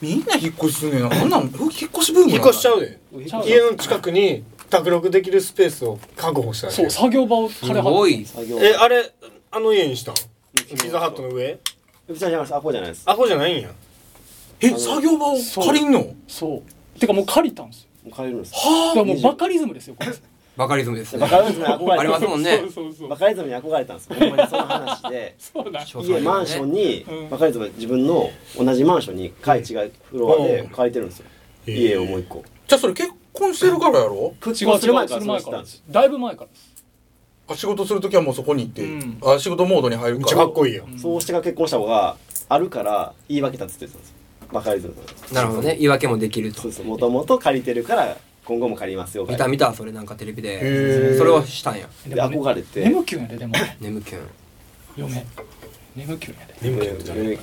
みんな引っ越しすんねんな。こんなん、引っ越しブームなんだ引っ越しちゃうでちゃうよ家の近くに宅録できるスペースを確保したらねそう作業場を枯れすごい作業場えあれあの家にしたんうんピザハットの上うちじゃないですアホじゃないですアホじゃないんやえ、作業場を借りんのそうてかもう借りたんですよもう借りるんですだからもうバカリズムですよこれバカリズムですバねカリズムに憧れたありますもんねそうそうそバうカリズムに憧れたんですよほんまにその話 でそうだ詳細家はねマンションにうんバカリズム自分の同じマンションに階違うフロアで借りてるんですようん家をもう一個じゃあそれ結婚してるからやろ違結う違婚うすするる前前かからそれ知ったらでんですすだいぶ前からですあ仕事するときはもうそこに行って、うんあ仕事モードに入るめっかちゃら。かっこいいやんそうしてから結婚した方があるから言い訳だっつって言ってたんですよバカリズムさんなるほどね言い訳もできるそとうそうもともと借りてるから今後も借りますよ見た見たそれなんかテレビへーでそれをしたんやで憧れて眠きゅんやででも眠きゅん嫁眠きゅんやで眠気みたいな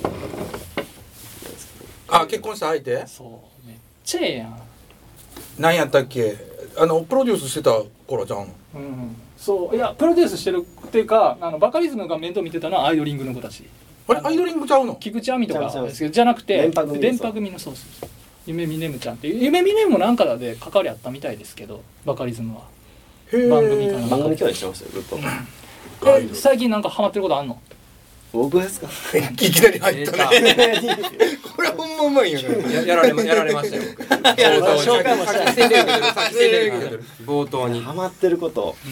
あ、結婚した相手そうめっちゃええやん何やったっけあの、プロデュースしてた頃じゃん。うんそういやプロデュースしてるっていうかあのバカリズムが面倒見てたのはアイドリングの子たちあれ、アイドリングちゃうの菊池亜美とかちゃうですけどじゃなくて電波組です電波組のそうそうそう夢みねむちゃんっていう夢みねむもなんかで関わりあったみたいですけどバカリズムはへー番組かな番組共演してましたよずっとえ最近なんかハマってることあんの僕ですか いきなり入ったね入れこれほんまうまいんやたねややられまやられましたよ やられた紹介もしない先生で先生で 冒頭にハマってることう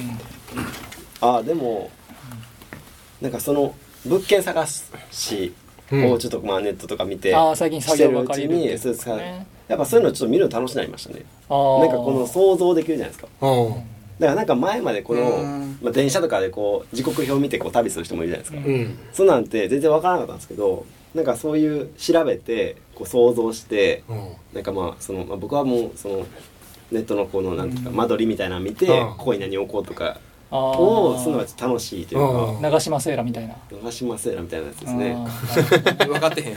ああでもなんかその物件探しをちょっとまあネットとか見てん、ああ最近し作て業るばうかりちいるってにいうそうですかねやっぱそういうのちょっと見るの楽しくなりましたねあーなんかこの想像できるじゃないですかうんだからなんか前までこのうん、まあ、電車とかでこう時刻表見てこう旅する人もいるじゃないですか、うんそうなんて全然わからなかったんですけどなんかそういう調べてこう想像してうんなんかまあその、まあ、僕はもうそのネットのこのなんていうか間取りみたいなの見て、うんここに何置こうとかあをするのがーちょっと楽しいというか、長島セイラみたいな長島セーラみたいなやつですねあーなるほど分かってへん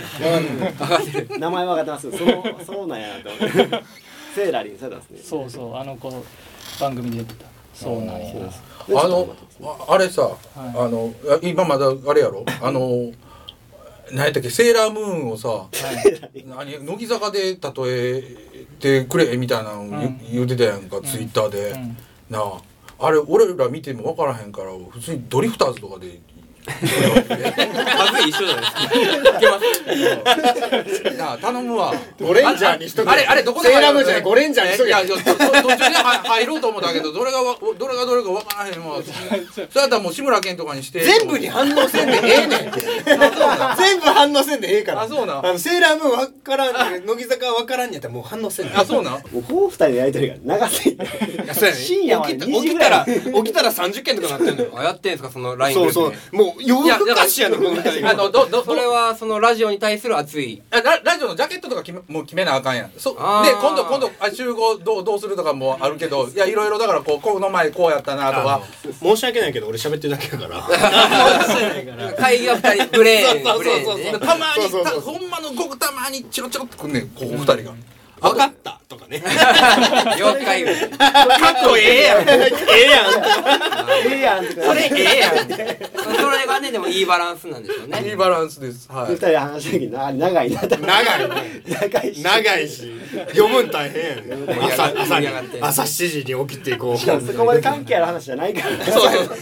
分かってる名前は分かってますけどそうそうなんやなって思ってセーラリンされたんですねそうそうあの子番組で出てたそうなんやそうですであちょっとの待ってます、ああれさ、あの、あ今まだあれやろあの、何やったっけ、セーラームーンをさ、 何、乃木坂で例えてくれみたいなの言,、うん言うてたやんか、ツイッターで。うんなあ、あれ、俺ら見ても分からへんから、普通にドリフターズとかで。数一緒じゃないですかいけますなあ、頼むわ。ゴレンジャーにしとけあれあれどこでセーラームーンじゃないゴレンジャーにしといけやいやとと途中では入ろうと思ったけどどれがわどれがどれか分からへんわそれやったらもう志村けんとかにして全部に反応せんでええねん全部反応せんでええからあそうなんあのセーラームーンわからん乃木坂わからんやったらもう反応せんであそうなんもうこの二人のやりとりが長すぎてそうやね深夜まで起2時きぐらたいら起きたら30件とかなってんのよあやってんすかその LINE そうそうもう洋いや服だから歌手やねんこの二人あのどどそれはそのラジオに対する熱いあララジオのジャケットとか決めもう決めなあかんやんそであー今度今度あ集合どうどうするとかもあるけどいやいろいろだからこうこの前こうやったなとか申し訳ないけど俺喋ってるだけだから会議は2人プレー ンそうそうプレそうそうーンでねたまにそうそうそたうほんまのごくたまにチロチロってくんねんこう二人が。 分かったとかね妖怪みたいなかっこええやん ええやんええやんとかそれええやんそれがねでもいいバランスなんでしょういいねバランスです。は 二い。人で話した時な長いなと思って長いね 長いし長いし読むん大変やねん朝朝に盛り上がって朝7時に起きてこしかもうそこまで関係ある話じゃないからそう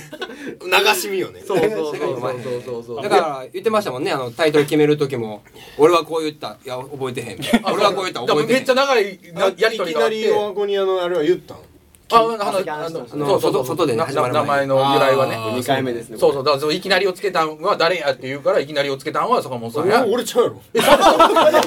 流し見よねそうそうそうそうそうそう。だから言ってましたもんねあのタイトル決める時も俺はこう言ったいや覚えてへん俺はこう言ったでも覚えめてへっんちゃ長いなやりとりがあって。いきなりオアコニアのあれは言ったんああのきあのあのそうそうそう外外でねな始まる前名前の由来はね。あー2回目ですねそうそうだからそのいきなりをつけたんは誰やって言うからいきなりをつけたんは坂本さんや。俺ちゃうやろう大島さんや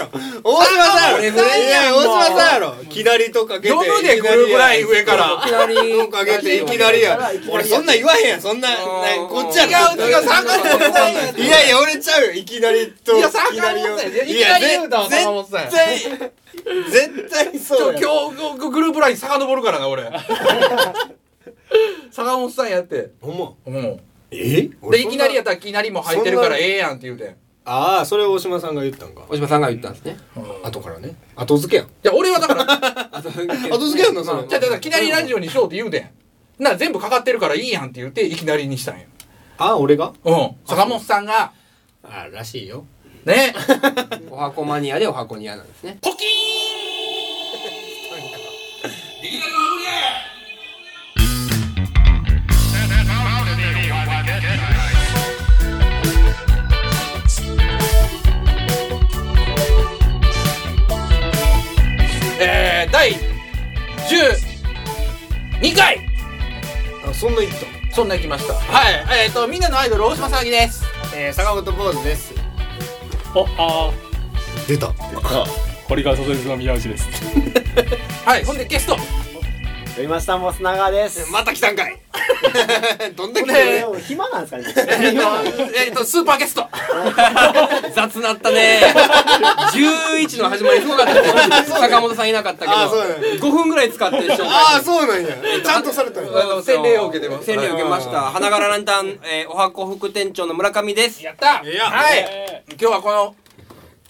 ろ大島さんやろ俺ぐらいいや大島さんやろきなりとかけて読むで来るぐらい上から。いきなりとかけていきなりや俺そんなん言わへんやんそんなーこっちやろ違う違う坂本さんやいやいや俺ちゃうよいきなりといや坂本さんやいをきなり言うたんは坂本さんや絶対絶対そうやん今日グループライン遡るからな俺 坂本さんやってほんまうんえでいきなりやったらいきなりも入ってるからええやんって言うてんいああそれを大島さんが言ったんか大島さんが言ったんですね後からね後付けやんや俺はだ から後付けやんのそれじゃあだからいきなりラジオにしようって言うてんなら全部かかってるからいいやんって言っていきなりにしたんやあ俺がうん坂本さんがあらしいよねお箱マニアでお箱ニアなんですね。ポキーンえー、第12回あそんな言ったそんな行きましたはい、えっ、と、みんなのアイドル大島さわぎです。えー、坂本坊主ですおあー出た堀川聡の宮内ですはい、ほんでゲスト、読みましたもう砂川です。また来たんかい。どんだけ。でも暇なんですかね。えっとえっと、スーパーゲスト。雑なったね。11の始まりすごかったね。坂本さんいなかったけど。あーそうだね5分ぐらい使って紹介。ああそうなんやちゃんとされたんやあの洗礼を受けてます洗礼を受けました。花柄ランタン、えーお箱副店長の村上です。やったいやはい今日はこの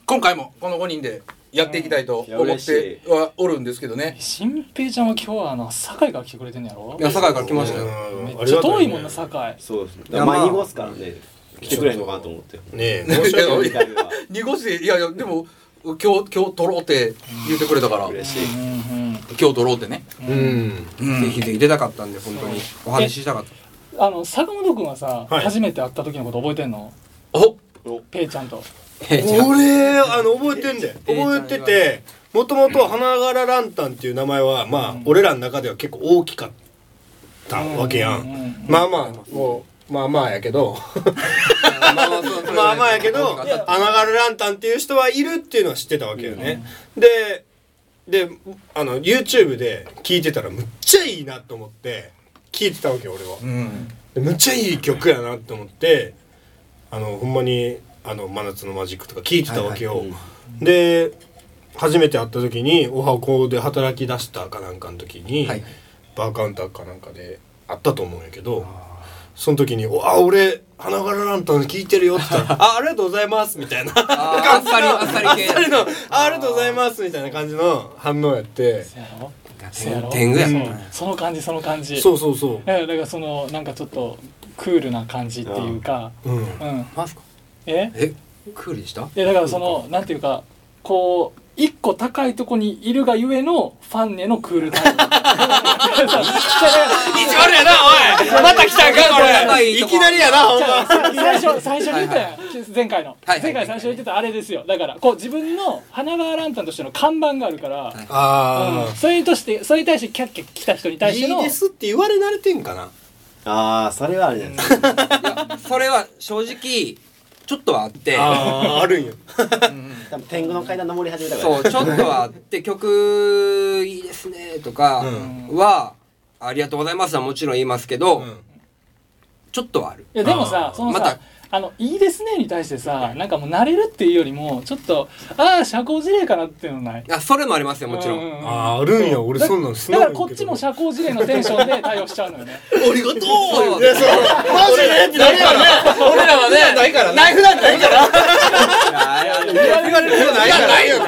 今回もこの5人でやっていきたいといや思っ嬉しいてはおるんですけど ね新平ちゃんは今日はあの堺から来てくれてんやろいや、酒井から来ましたよ。めっちゃ遠いもんな堺そうですね。いやまあまあ濁すからね。来てくれへんのかなと思って。ねえ申し訳ないみたいな濁していやいやでも今日今日取ろうって言ってくれたから今 嬉日しい。うんう取んろうってねうんうんぜひぜひ出たかったんで、本当に。お話ししたかった。あの坂本君はさ、はい初めて会った時のこと覚えてんのおペイちゃんとえーじゃあ俺あの覚えてんだよ覚えててもともと花柄ランタンっていう名前はまあ、俺らの中では結構大きかったわけやん、うんうんうんまあまあもうまあまあやけどまあまあそうそれ まあまあやけど大きかった花柄ランタンっていう人はいるっていうのは知ってたわけよね、でであの YouTube で聞いてたらむっちゃいいなと思って聞いてたわけよ俺は、うんでむっちゃいい曲やなって思ってあのほんまにあの「真夏のマジック」とか聴いてたわけよ、で初めて会った時にオハコで働き出したかなんかの時に、はいバーカウンターかなんかで会ったと思うんやけどその時に「おあ俺花柄ランタン聴いてるよ」って言ったら「 あありがとうございます」みたい なあーあっさり、あっさり系。のあありがとうございますみたいな感じの反応やってせやろせやろ天狗や。そうその感じその感じそうそうそえだからそのなんかちょっとクールな感じっていうかう、うん、うんなんすかええ、クールでしたえだからそのなんていうかこう一個高いとこにいるがゆえのファンネのクールタイプ意地悪やなおいまた来たんかこれいきなりやなほんじゃまあ最初最初に言ったやん前回の、はい前回最初に言ってたあれですよだからこう自分の花川ランタンとしての看板があるから、あうん、それにとしてそれに対してキャッキャ来た人に対してのいいですって言われ慣れてんかなああ、それはあれじゃないですか。それは正直ちょっとはあってああるんよ多分天狗の階段登り始めたから。そうちょっとはあって曲いいですねとかうんはありがとうございますはもちろん言いますけどうんちょっとはあるいやでもさあーそのさ、またあの「いいですね」に対してさなんかもう慣れるっていうよりもちょっとああ社交辞令かなっていうのないあそれもありますよもちろうんうあーあるんや俺そんなん素だ直やけからどこっちも社交辞令のテンションで対応しちゃうのよねありがとそういやそうマジでってなるからね俺らはねないからナイフなんない言われるこからとないからないよ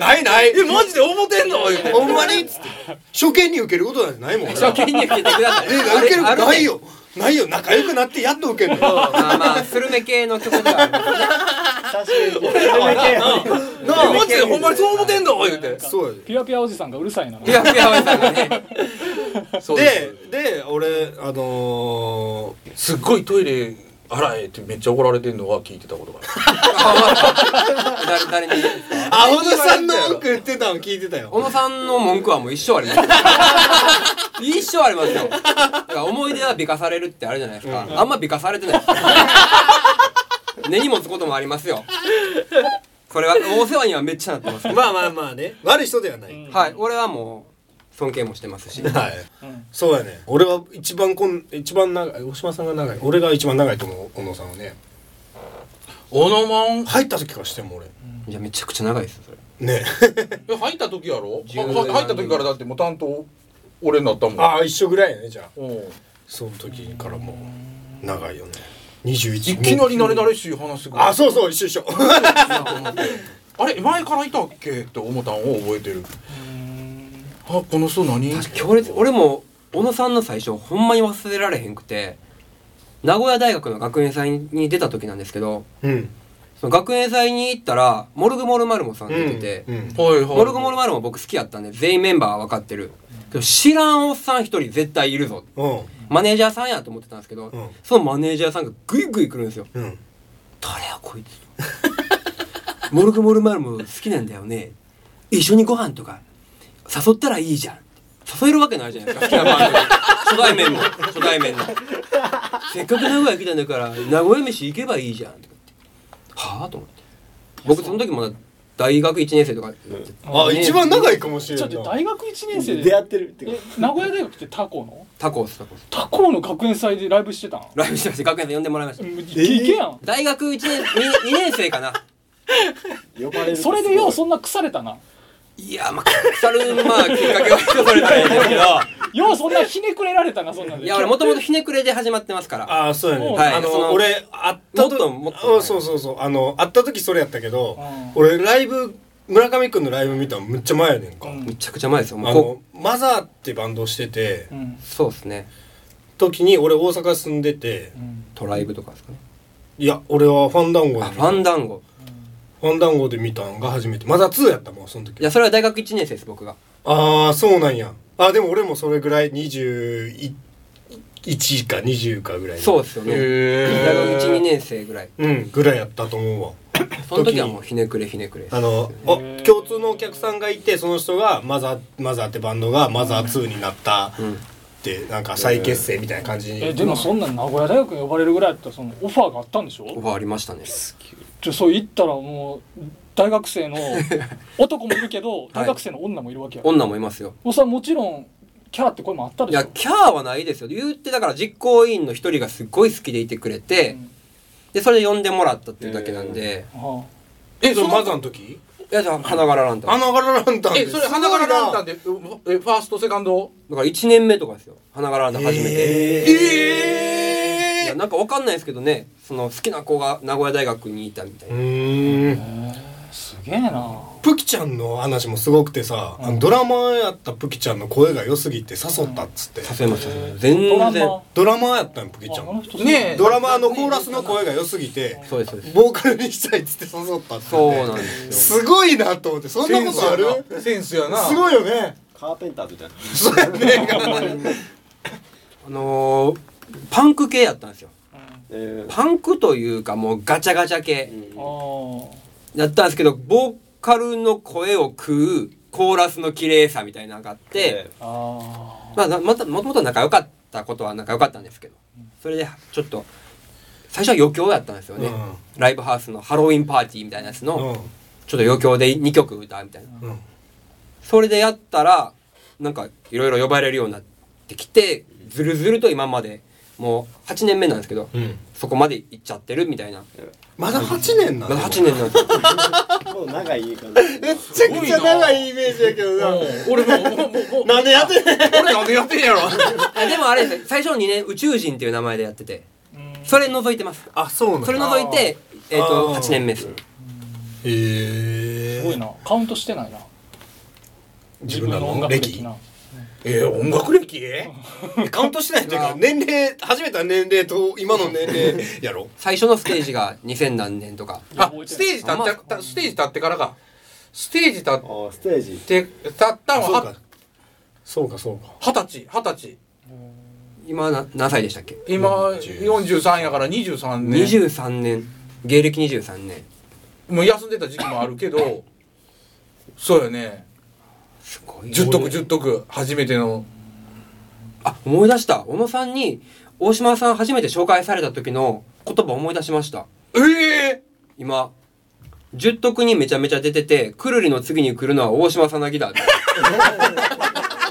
ないないえマジで思てんのほんまにっつって初見に受けることなんてないもん俺初見に受けてくださいえ受けることないよないよ仲良くなってやっと受けるのよまあまあスルメ系の曲ではある久しぶりに。俺なあマジでほんまにそう思ってんの言うてそうやでピュアピュアおじさんがうるさいなピヤピヤおじさん がねそうですで俺あのーすっごいトイレ洗えってめっちゃ怒られてんのは聞いてたことがある誰誰にあ小野さんの文句言ってたの聞いてたよ小野さんの文句はもう一生ありますよ 一生ありますよだから思い出は美化されるってあるじゃないですか、あんま美化されてな いです根に持つこともありますよそれはお世話にはめっちゃなってますまあまあまあね悪い人ではないはい俺はもう尊敬もしてますしはいうんそうやね俺は一番こん一番長い大島さんが長い俺が一番長いと思う小野さんはねオノマン入った時からしても俺いやめちゃくちゃ長いですよそれねえ入った時やろ十は何は入った時からだってもう担当俺になったもん ああ一緒ぐらいやねじゃあうんその時からもう長いよね21いきなり慣れ慣れしい話してくるあそうそう一緒一緒あれ前からいたっけって思ったんを覚えてるあこの人何確か強烈俺も小野さんの最初ほんまに忘れられへんくて名古屋大学の学園祭に出た時なんですけどうんそその学園祭に行ったらモルグモルマルモさん出てて、うんうんはいはいモルグモルマルモ僕好きやったんで全員メンバーは分かってるけど知らんおっさん一人絶対いるぞうんマネージャーさんやと思ってたんですけど、うんそのマネージャーさんがグイグイ来るんですようん誰やこいつ モルグモルマルモ好きなんだよね一緒にご飯とか誘ったらいいじゃん誘えるわけないじゃないですか好きなバンドに初対面の初対面のせっかく名古屋来たんだから名古屋飯行けばいいじゃんとか言ってはあと思って僕その時まだ大学1年生とかあ一番長いかもしれんちなょっとい大学1年生で出会ってるってこえ名古屋大学って他校のタコスタコス他校の学園祭でライブしてたんライブしてまして学園で呼んでもらいましたうん行けやん大学1年 2, 年生かなと呼ばれるそれでようそそんな腐れたないやまあ腐るまあきっかけは人それぞれなんですけどようそんなひねくれられたなそんなんで いや俺もともとひねくれで始まってますからああそうやね、はいあそのの俺会ったもっともっとうんそうそうそうあの会った時それやったけど、うん俺ライブ村上君のライブ見たのむっちゃ前やねんか、うんむちゃくちゃ前ですよもあうこのマザーってバンドしてて、うんそうですね時に俺大阪住んでてうんトライブとかですかねいや俺はファンダンゴであ見フたァンダンゴファンダンゴで見たんが初めてマザー2やったもんその時いやそれは大学1年生です僕がああそうなんやあでも俺もそれぐらい21か20かぐらいそうですよね大へ学ー12年生ぐらいうんぐらいやったと思うわその時はもうひねくれひねくれあのお共通のお客さんがいてその人がマザーマザーってバンドがマザー2になったって、なんか再結成みたいな感じに、えでもそんなん名古屋大学に呼ばれるぐらいだったらそのオファーがあったんでしオょファーありましたねじゃそう言ったらもう大学生 の男もいるけど大学生の女もいるわけや、女もいますよおさもちろんキャーって声もあったでいしょや、キャーはないですよ。言って、だから実行委員の一人がすっごい好きでいてくれて、うんで、それで呼んでもらったっていうだけなんで、ああえそそのマのザーの時いや、じゃあ、花柄ランタン。花柄ランタンえそれ花柄ランタンででえファーストセカンドだから1年目とかですよ。花柄ランタン初めて。えいや、えなんかわかんないですけどね、その好きな子が名古屋大学にいたみたいうな。ーんすげえなプキちゃんの話もすごくてさ、あのドラマーやったプキちゃんの声が良すぎて誘ったっつって、誘いましたね。全ドラマ然。あドラマーやったんプキちゃあんの人ねえドラマーのコーラスの声が良すぎてそうです、そうです。ボーカルにしたいっつって誘ったっつってそうなんですよ。すごいなと思ってそんなことあるセンスやなすごいよねカーペンターみたいなそうやね頑張れあのー、パンク系やったんですよ。えパンクというか、もうガチャガチャ系。あーやったんですけどボーカルの声を食うコーラスの綺麗さみたいなのがあって、あまあ、なまたもともと仲良かったことは仲良かったんですけどそれでちょっと最初は余興やったんですよね、うんライブハウスのハロウィンパーティーみたいなやつの、うんちょっと余興で2曲歌うみたいなうんそれでやったらなんかいろいろ呼ばれるようになってきてずるずると今までもう8年目なんですけど、うんそこまで行っちゃってるみたいなまだ8年なまのだ8年なんで すよー、もう長い感じめっちゃくちゃ長いイメージやけどなうん俺もうもうもうもうなんでやってんねん俺なんでやってんや ろあでもあれですね最初の2年宇宙人っていう名前でやっててーうんそれ除いてますあそうそれ除いてえっ、あとー8年目ですえすごいなカウントしてないな自分らの的なえー音楽歴カウントしてないというか年齢始めた年齢と今の年齢 やろ最初のステージが2000何年とかあ覚えてないステージ立あんまってたステージ立ってからかステージ立っあーステージて立ったのそうはかそうかそうか二十歳二十歳今な何歳でしたっけ今43やから23年23年芸歴23年もう休んでた時期もあるけどそうよねすごい十徳十徳初めてのあ思い出した小野さんに大島さん初めて紹介された時の言葉思い出しましたええ今十徳にめちゃめちゃ出ててくるりの次に来るのは大島さなぎだって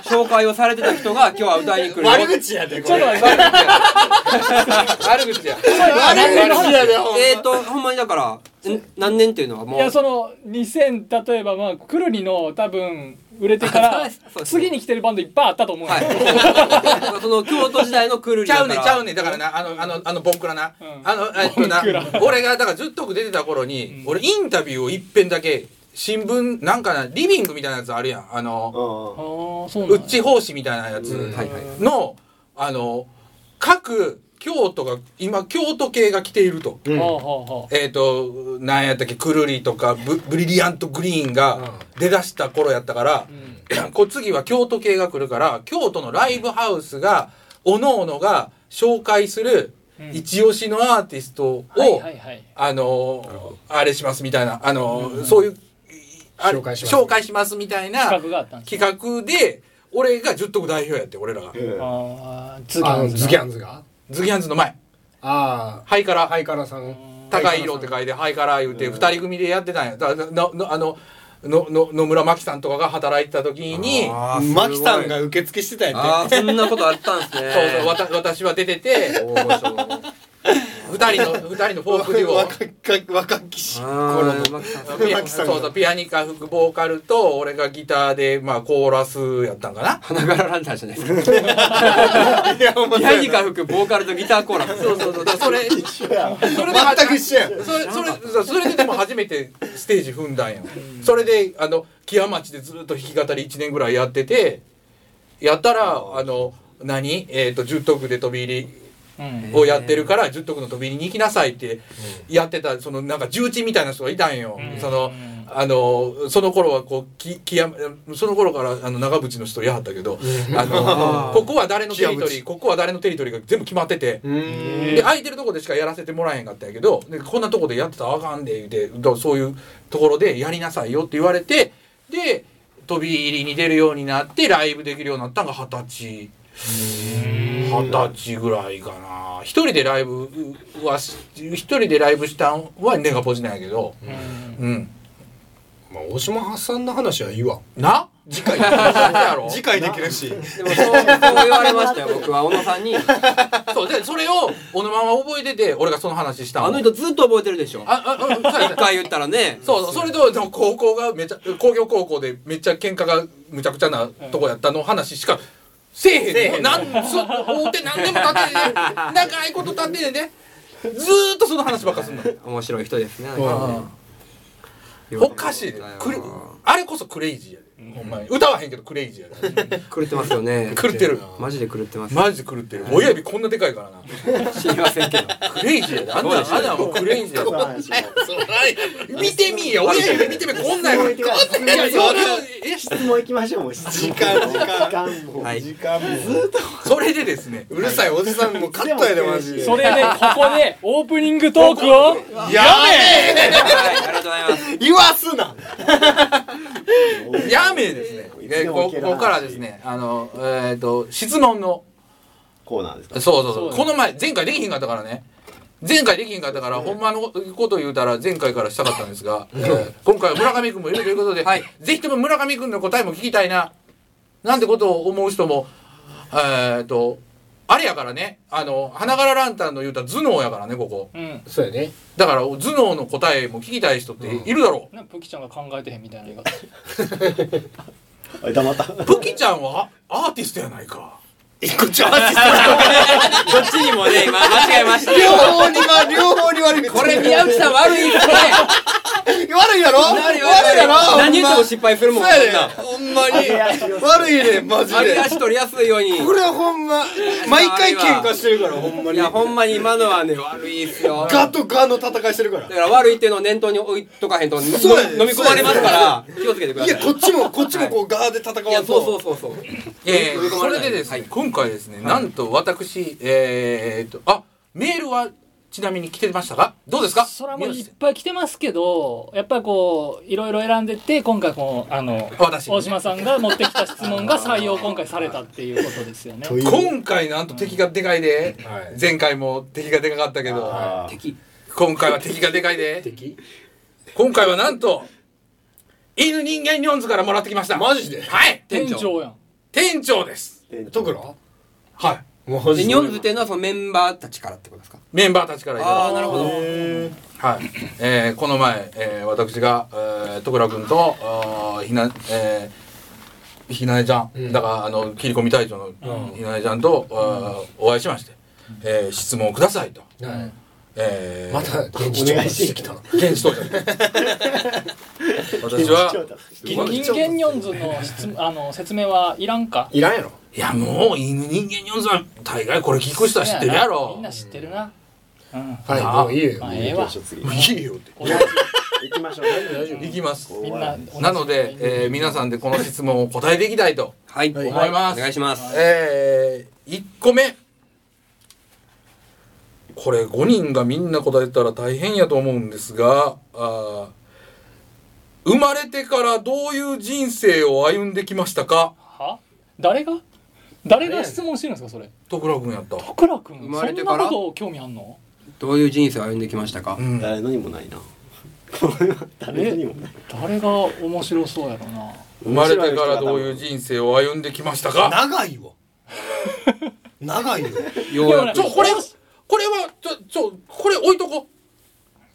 紹介をされてた人が今日は歌いに来るよ口やでこちょっと待って 悪口や悪口やでほんまえーと、ほんまにだから、ん何年っていうのはも。いうやその2000例えばまあくるりの多分売れてか そうらですそうです次に来てるバンドいっぱいあったと思う、はい。よだからその京都時代のくるりちゃうねだんかちらゃうねんだからなあのあのあのボンクラな、うんあのえっとなボンクラ俺がだからずっと出てた頃に、俺インタビューを一遍だけ新聞なんかなリビングみたいなやつあるやんああの、ああーそううなんっち奉仕みたいなやつの、はいはいあの各京都が今京都系が来ていると。うんほうほうほえっ、となんやったっけくるりとかブブリリアントグリーンが出だした頃やったから、こう次は京都系が来るから京都のライブハウスが各々が紹介するうん一押しのアーティストを、うはいはいはいあのーあれしますみたいな、あのーそういうあ紹介します紹介しますみたいな企画があったんですね企画で俺が十徳代表やって俺らが、うんあああのズズキキャャンンズがズギャンズの前あハイカあラハイカラさん高い色って書いて「はいから」言うて二人組でやってたんやだからののあののの野村真紀さんとかが働いてた時にあーマキさんが受付してたんやああそんなことあったんですねそうそうわた私は出てて大御所二人の二人のフォークデュオ 若き若きしあーピア真紀さそんうがそうピアニカ副ボーカルと俺がギターで、まあ、コーラスやったんかな花柄ランタンじゃないですかいやお前ピアニカ吹くボーカルとギターコーラスそうそうそうだからそれ一緒やそれで全く一緒やんそれそれそうそれででも初めてステージ踏んだんやそれであの木屋町でずっと弾き語り1年ぐらいやっててやったらあの何えっ、と十徳で飛び入りうんをやってるから十徳の飛び入りに行きなさいってやってたそのなんか重鎮みたいな人がいたんよ、うんそのうんあのその頃はこうき木山その頃からあの長渕の人やはったけど、あ のここは誰のテリトリーここは誰のテリトリーが全部決まってて。うんで空いてるとこでしかやらせてもらえへんかったんやけどでこんなとこでやってたらあかんで言うてどうそういうところでやりなさいよって言われてで飛び入りに出るようになってライブできるようになったのが二十歳二十歳ぐらいかな一人でライブはし一人でライブしたんはネガポジなんやけどうんうんまあ大島さんの話はいいわな次回や ろ回できるしでもそうそう言われましたよ僕は小野さんにあそうでそれを小野まま覚えてて俺がその話したの人人ずっと覚えてるでしょあああそうや一回言ったらねそうそうそれとでも高校がめちゃ工業高校でめっちゃ喧嘩がむちゃくちゃなとこやったの話しかせえへんのなんそ大手何でも立てねえ長いこと立てねえでずーっとその話ばっかすんの面白い人ですねんおかしいでクレあれこそクレイジーやでほんまに歌わへんけどクレイジーやで狂ってますよね狂ってるマジで狂ってますマジで狂ってる親指こんなでかいからな知りませんけどクレイジーやであんなあんなんもうクレイジーやで見てみいや親指見てみこんなんやからこんなんやからえ質問行きましょうもう時間時間間もうはい時間もずっとそれでですねうるさいおじさんもうカットやでマジでそれでここでオープニングトークやをべえはいありがとうございます言わすなやめですね。いつででもこいけこるこからですね、あの、えっ、と、質問の、こうなんですそかうそうそうそこうの前、前回できひんかったからね。前回できひんかったから、ほんまのこと言うたら前回からしたかったんですが、えー今回は村上くんもいるということで、はいぜひとも村上くんの答えも聞きたいな、なんてことを思う人も、えっ、と、あれやからね、あの、花柄ランタンの言うたら頭脳やからね、ここ。うんそうやねだから、頭脳の答えも聞きたい人っているだろう。なんかプキちゃんが考えてへんみたいな言い方あ黙ったプキちゃんはアーティストやないか。一個ちょっと待ってどっちにもね今間違えました両方にま両方に悪いこれ宮内さん悪いですね悪いやろ悪いやろ何言っても失敗するもんそうやでこんなほんまに悪いでマジあれで出し取りやすいようにこれほんま毎回喧嘩してるからほんまいにやほんまに今のはね悪いっすよガとガの戦いしてるからだから悪いっていうのを念頭に置いとかへんと飲みそうやね込まれますから気をつけてくだいさいやこっちもこっちもこうガーで戦わんといやそうそうそうそうえ追いー、込まそれれないでですね、はい今回ですね、なんと私、えー、と、あ、メールはちなみに来てましたかどうですかそれはもうい宮っ内ぱい来てますけどやっぱりこういろいろ選んでって今回こうあの私ね大島さんが持ってきた質問が採用今回されたっていうことですよね。という今回なんと敵がでかいで、はい前回も敵がでかかったけど、あー敵今回は敵がでかいで、今回はなんと、犬人間ニョンズからもらってきました。マジではい店店長長やん。店長です店長とくろはいマで日本ズっていうのはそのメンバーたちからってことですかメンバーたちからいただいたああなるほどはい、えーこの前、えー私が、えー、徳良君とあーひな、えーひなえちゃん、だからあの切り込み隊長のひなえちゃんと、あーお会いしまして、えー質問をくださいと、えーまた現お地調願い達ししてきたてきたの現地到着 私は調達人間ニョンズの質あの説明はいらんか。いらんやろいやもう犬人間におんさん大概これ聞く人は知ってるやろみんな知ってるなうんはいもういいよまあ行ええきわましょう次もういいよって同じ行きましょう大いきますみんな同じなので、えー皆さんでこの質問を答えていきたいとはい、思います、お願いしますえー、1個目これ5人がみんな答えたら大変やと思うんですがあー生まれてからどういう人生を歩んできましたかは誰が誰が質問してるんですかそれ徳良君やった徳良君生まれてそんかならこと興味あんのどういう人生を歩んできましたか、うん誰のにもないなこれは誰のにもない誰が面白そうやろな生まれてからどういう人生を歩んできましたか 長いわ長いよようやでちくょこれこれはちょちょこれ置いとこ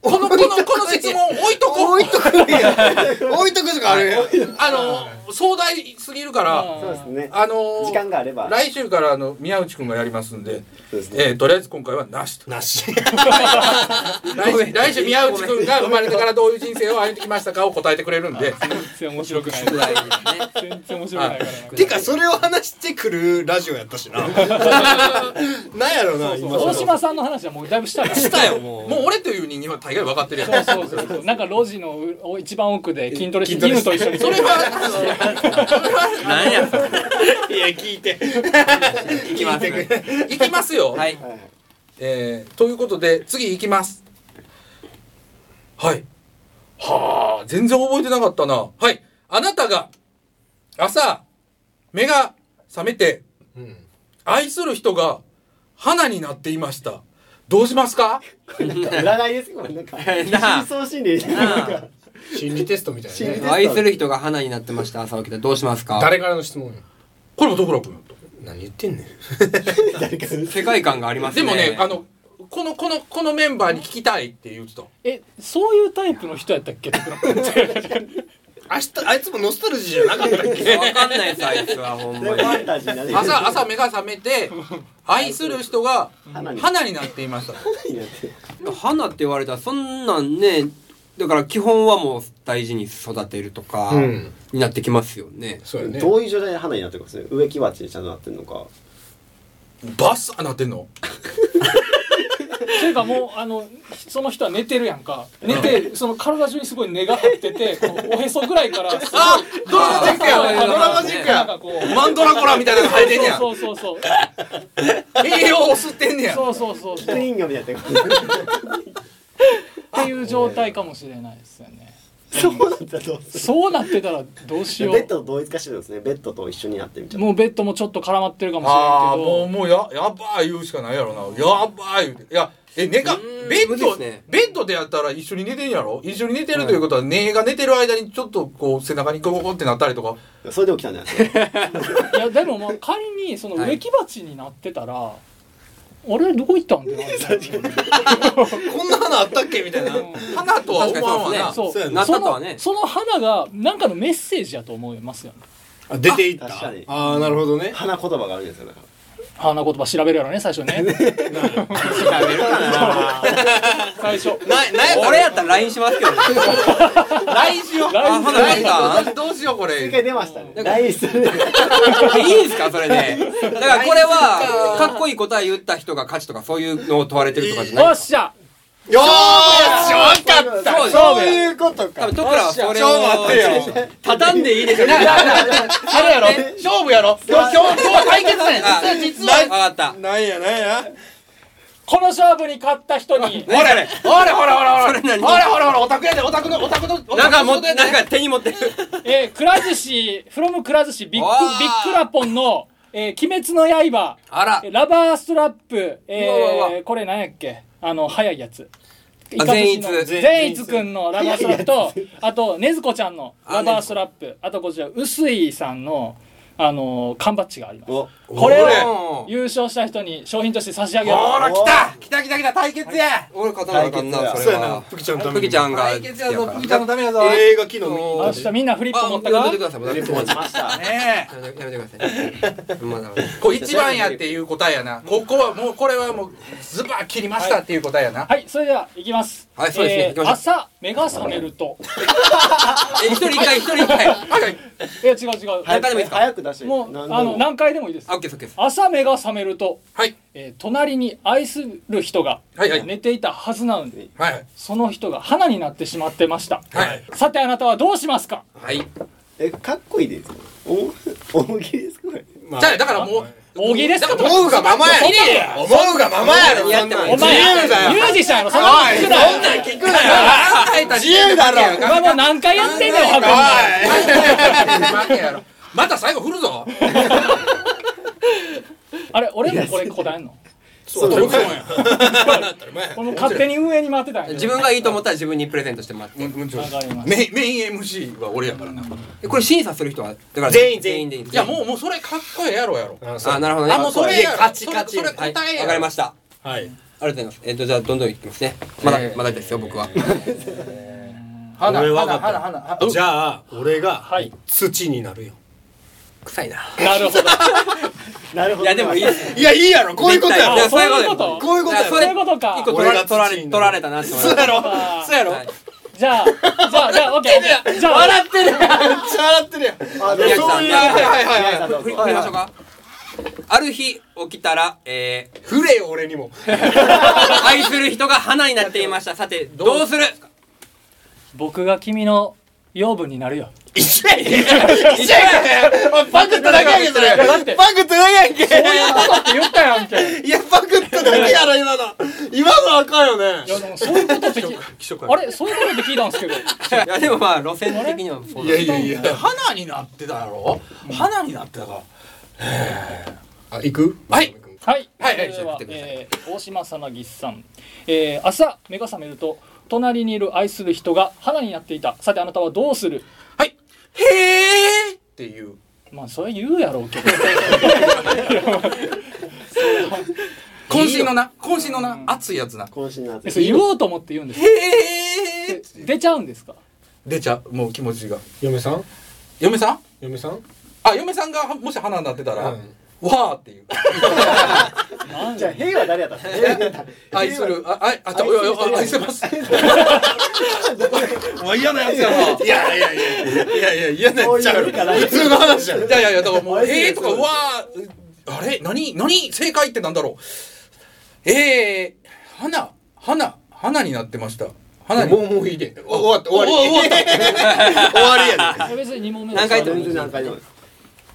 このこのこの質問置いとこ置いとくい や置いとくとかあれあの壮大すぎるからそうですねあの時間があれば来週からあの宮内くんがやりますんで、そうですねえーとりあえず今回はなし となし来週来週宮内くんが生まれてからどういう人生を歩んできましたかを答えてくれるんで全然面白くないぐらいですね全然面白くないからなてかそれを話してくるラジオやったしな なんやろな今大島さんの話はもうだいぶしたからしたよもうもう俺という人間は大概分かってるやんそうそうそうなんか路地のうお一番奥で筋トレし筋トてレし犬てと一緒にそれは なんやそれいや聞い ていきあのます 行きますよ、 はいはいはいえーということで次行きますはいはあ全然覚えてなかったなはいあなたが朝目が覚めて愛する人が花になっていましたどうしますか占いですよこれなんかなあ深層心理ななんあか心理テストみたいなねね愛する人が花になってました朝起きたらどうしますか誰からの質問よこれも徳良君やった何言ってんねん誰か世界観がありますでねもねあのこのこのこのメンバーに聞きたいって言ってたえそういうタイプの人やったっけ徳良君 って明日あいつもノスタルジーじゃなかったっけわかんないですあいつはほんフまにァンタジーになる朝朝目が覚めて愛する人が花に花になっていましたになって花って言われたらそんなんねだから基本はもう大事に育てるとかうんになってきますよね、そうよねどういう状態で花になってるかですね植木鉢にちゃんとなってるの かバッサーなってんのそれかもうあのその人は寝てるやんか寝てその体中にすごい根が張っててこうおへそぐらいからすごいあドラマチックやドラマチックなやんかこうマンドラコラみたいなの生えてんねやそうそうそう栄養を吸ってんねやそうそうそうそう人魚みたいなことっていう状態かもしれないですよねそうなったとそうなってたらどうしよベッうドと同一化してるんですねベッドと一緒になってみたいなもうベッドもちょっと絡まってるかもしれああんけもうどもうややばい言うしかないやろなやばい言うていやえ寝かうーんベッむずいっド、すねベッドでやったら一緒に寝てんやろ一緒に寝てるということは、寝が寝てる間にちょっとこう背中にゴゴゴってなったりとかそれで起きたんじゃないですかいやでもまあ仮にその植木鉢になってたら、あれどこ行ったんってなるよねこんな花あったっけみたいな花とは思わんわな、確かにそうそうやなそのなったとはねその花が何かのメッセージやと思いますよねあ出ていったあ確かにああなるほどね花言葉があるんですよだか花言葉調べるやろね最初 ね調べるかな最初ななんやったら俺やったら LINE しますけどね来週ようあ花来になっ週どうしようこれら一回出ましたね来世たいいんすかそれでだからこれはかっこいい答え言った人が勝ちとかそういうのを問われてるとかじゃないおっしゃよーしよかったそうそういうこと多か分徳良はそれをちょっと待ってよ畳んでいいでしょうあれやろ勝負やろ今日今日今日は対決だねあ実は分実はかったなんやなんやこの勝負に勝った人 にほらねほらほらほらほらそれ何ほらほらほらオタクやでオタクのオタクのオタクのなんかもオうタクのなんか手に持ってるえー、くら寿司、フロムくら寿司、ビッグわー、ビッグラポンの、えー、鬼滅の刃、 あらえーラバーストラップ、えーうわうわうわこれ何やっけあの、早いやつ。あ善逸善逸くんのラバーストラップと、あと、ねずこちゃんのラバーストラップ、あとこちら、臼井さんの、あのー缶バッジがあります。おこれをおー優勝した人に商品として差し上げる。ほら来た来た来た来た対決や俺勝たなあかんな対そ決そうれやなはプキちゃんのためプにキちゃんが対決やぞからプーちゃんのためやぞ映画昨日見にお行明った日みんなフリップあ持ったやからめてくださいやめてくだ持さちましたねえいやめてくださいまだまだこう一番やっていう答えやなここはもうこれはもうズバッ切りましたっていう答えやなはい、それでは、いきます。はい、そうですね。え行ーきましょ朝目が覚めるとう。え、一人一回、一人一回。いや違う違う、はい何でもいいですか早く出してもう何であの何回でもいいですあ、オッケーです、オッケーです。朝目が覚めると、はいえー隣に愛する人がはいはい寝ていたはずなのにはいその人が花になってしまってました、はいさてあなたはどうしますかはい。えかっこいいですお大喜利ですかこれまじゃあだからもう大喜利ですかと思うがままやろ思うがままやろやってもそんいいなおん自前由だミュよージシャンやろそんなこおとい聞そくんなよなん聞くなよ自由だろお前もう何回やってんねん箱おいやろまた最後振るぞあれ俺もこれ答えんのそうだ俺も勝手に運営に回ってたんや自分がいいと思ったら自分にプレゼントしてもらって。わかりましメインメイン MC は俺やからなえこれ審査する人は、だから全員全員でいいんでいすね。やもうもうそれかっこええやろやろあそうあ、なるほどね。あもうそれやろカチカチ。それそはれい答えやろわかりました。はいありがとうございます。えっと、じゃあ、どんどんいきますね。まだ、まだですよ、僕は。花俺は花分かっ花た花花じゃあ俺がはい土になるよ臭いな。たな るほどなるほどいや、でもいいです。いやいいやろこういうことやいやろそういうあそういうここととこういうことやろそういうことか一個取ら俺れが土取らにれなる取られたなって思います。そうやろあーそうやろじゃあじゃあじゃあオッケ ーじゃあ笑ってるめっちゃ笑ってるやんあでも宮城そさうんいう宮城さんはいはいはいどうぞ振りましょうかある日起きたら、えー、触れよ俺にも愛する人が花になっていましたさてどうする僕が君の養分になるよ一緒やんけ一緒やんけおいパクっただけやんけそれいやだってパクっただけやんけそういうことって言ったやんけいやパクっただけやろ今の今のあかんよいねやでもそういうことって聞気色あれそういうことって聞いたんですけどいやでもまあ路線的にはそういだやいやいや花になってたやろ花になってたからあ行くはいはい、はいそれでは、はいえー大島さなぎさん、えー朝目が覚めると隣にいる愛する人が花になっていたさてあなたはどうするはいへえっていうまあそれ言うやろうけど渾身のな渾身のな熱いやつな渾身のえ味それ言おうと思って言うんですかへええ出ちゃうんですか出ちゃうもう気持ちが嫁さん嫁さん嫁さんあ嫁さんがもし花になってたら、うんわーっていうじゃあ兵は誰やったの愛するあああちょいやいや愛せますもう嫌なやつやないやいやいやいやいや嫌なこやういつやろうから普通の話やろいやいやいやだからもう「愛するえー」とか「うわー」あれ何何正解ってなんだろうえー、花花花になってました花にもうもういいでお終わった終わりお終わっ終わりやでえ別に2問目何回言って全も然何回でも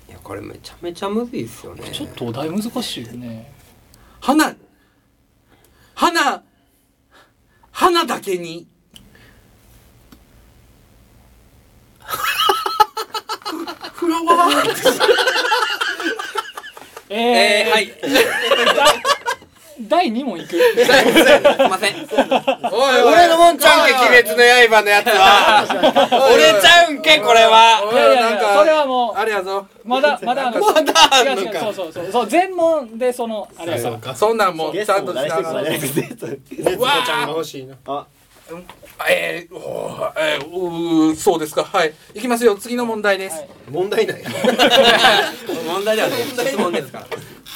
いやこれめちゃめちゃむずいっすよねちょっとお題難しいですね花花花だけにフラワーえええー、はい第2問いくすいませんおい俺のもんちゃうんけ鬼滅の刃のやつは俺ちゃうんけこれはやいやいなんやかそれはもあれやぞうまだまだあのまだあん違うのか違うそうそうそうそう全問でそのあれやからそんなんもうゲちスゃトんとも誰し一た人も誰です絶絶対ちゃんが欲しいなあえー、おーえーうーそうですかはいいきますよ次の問題です、はい問題ない問題ではね質問ですから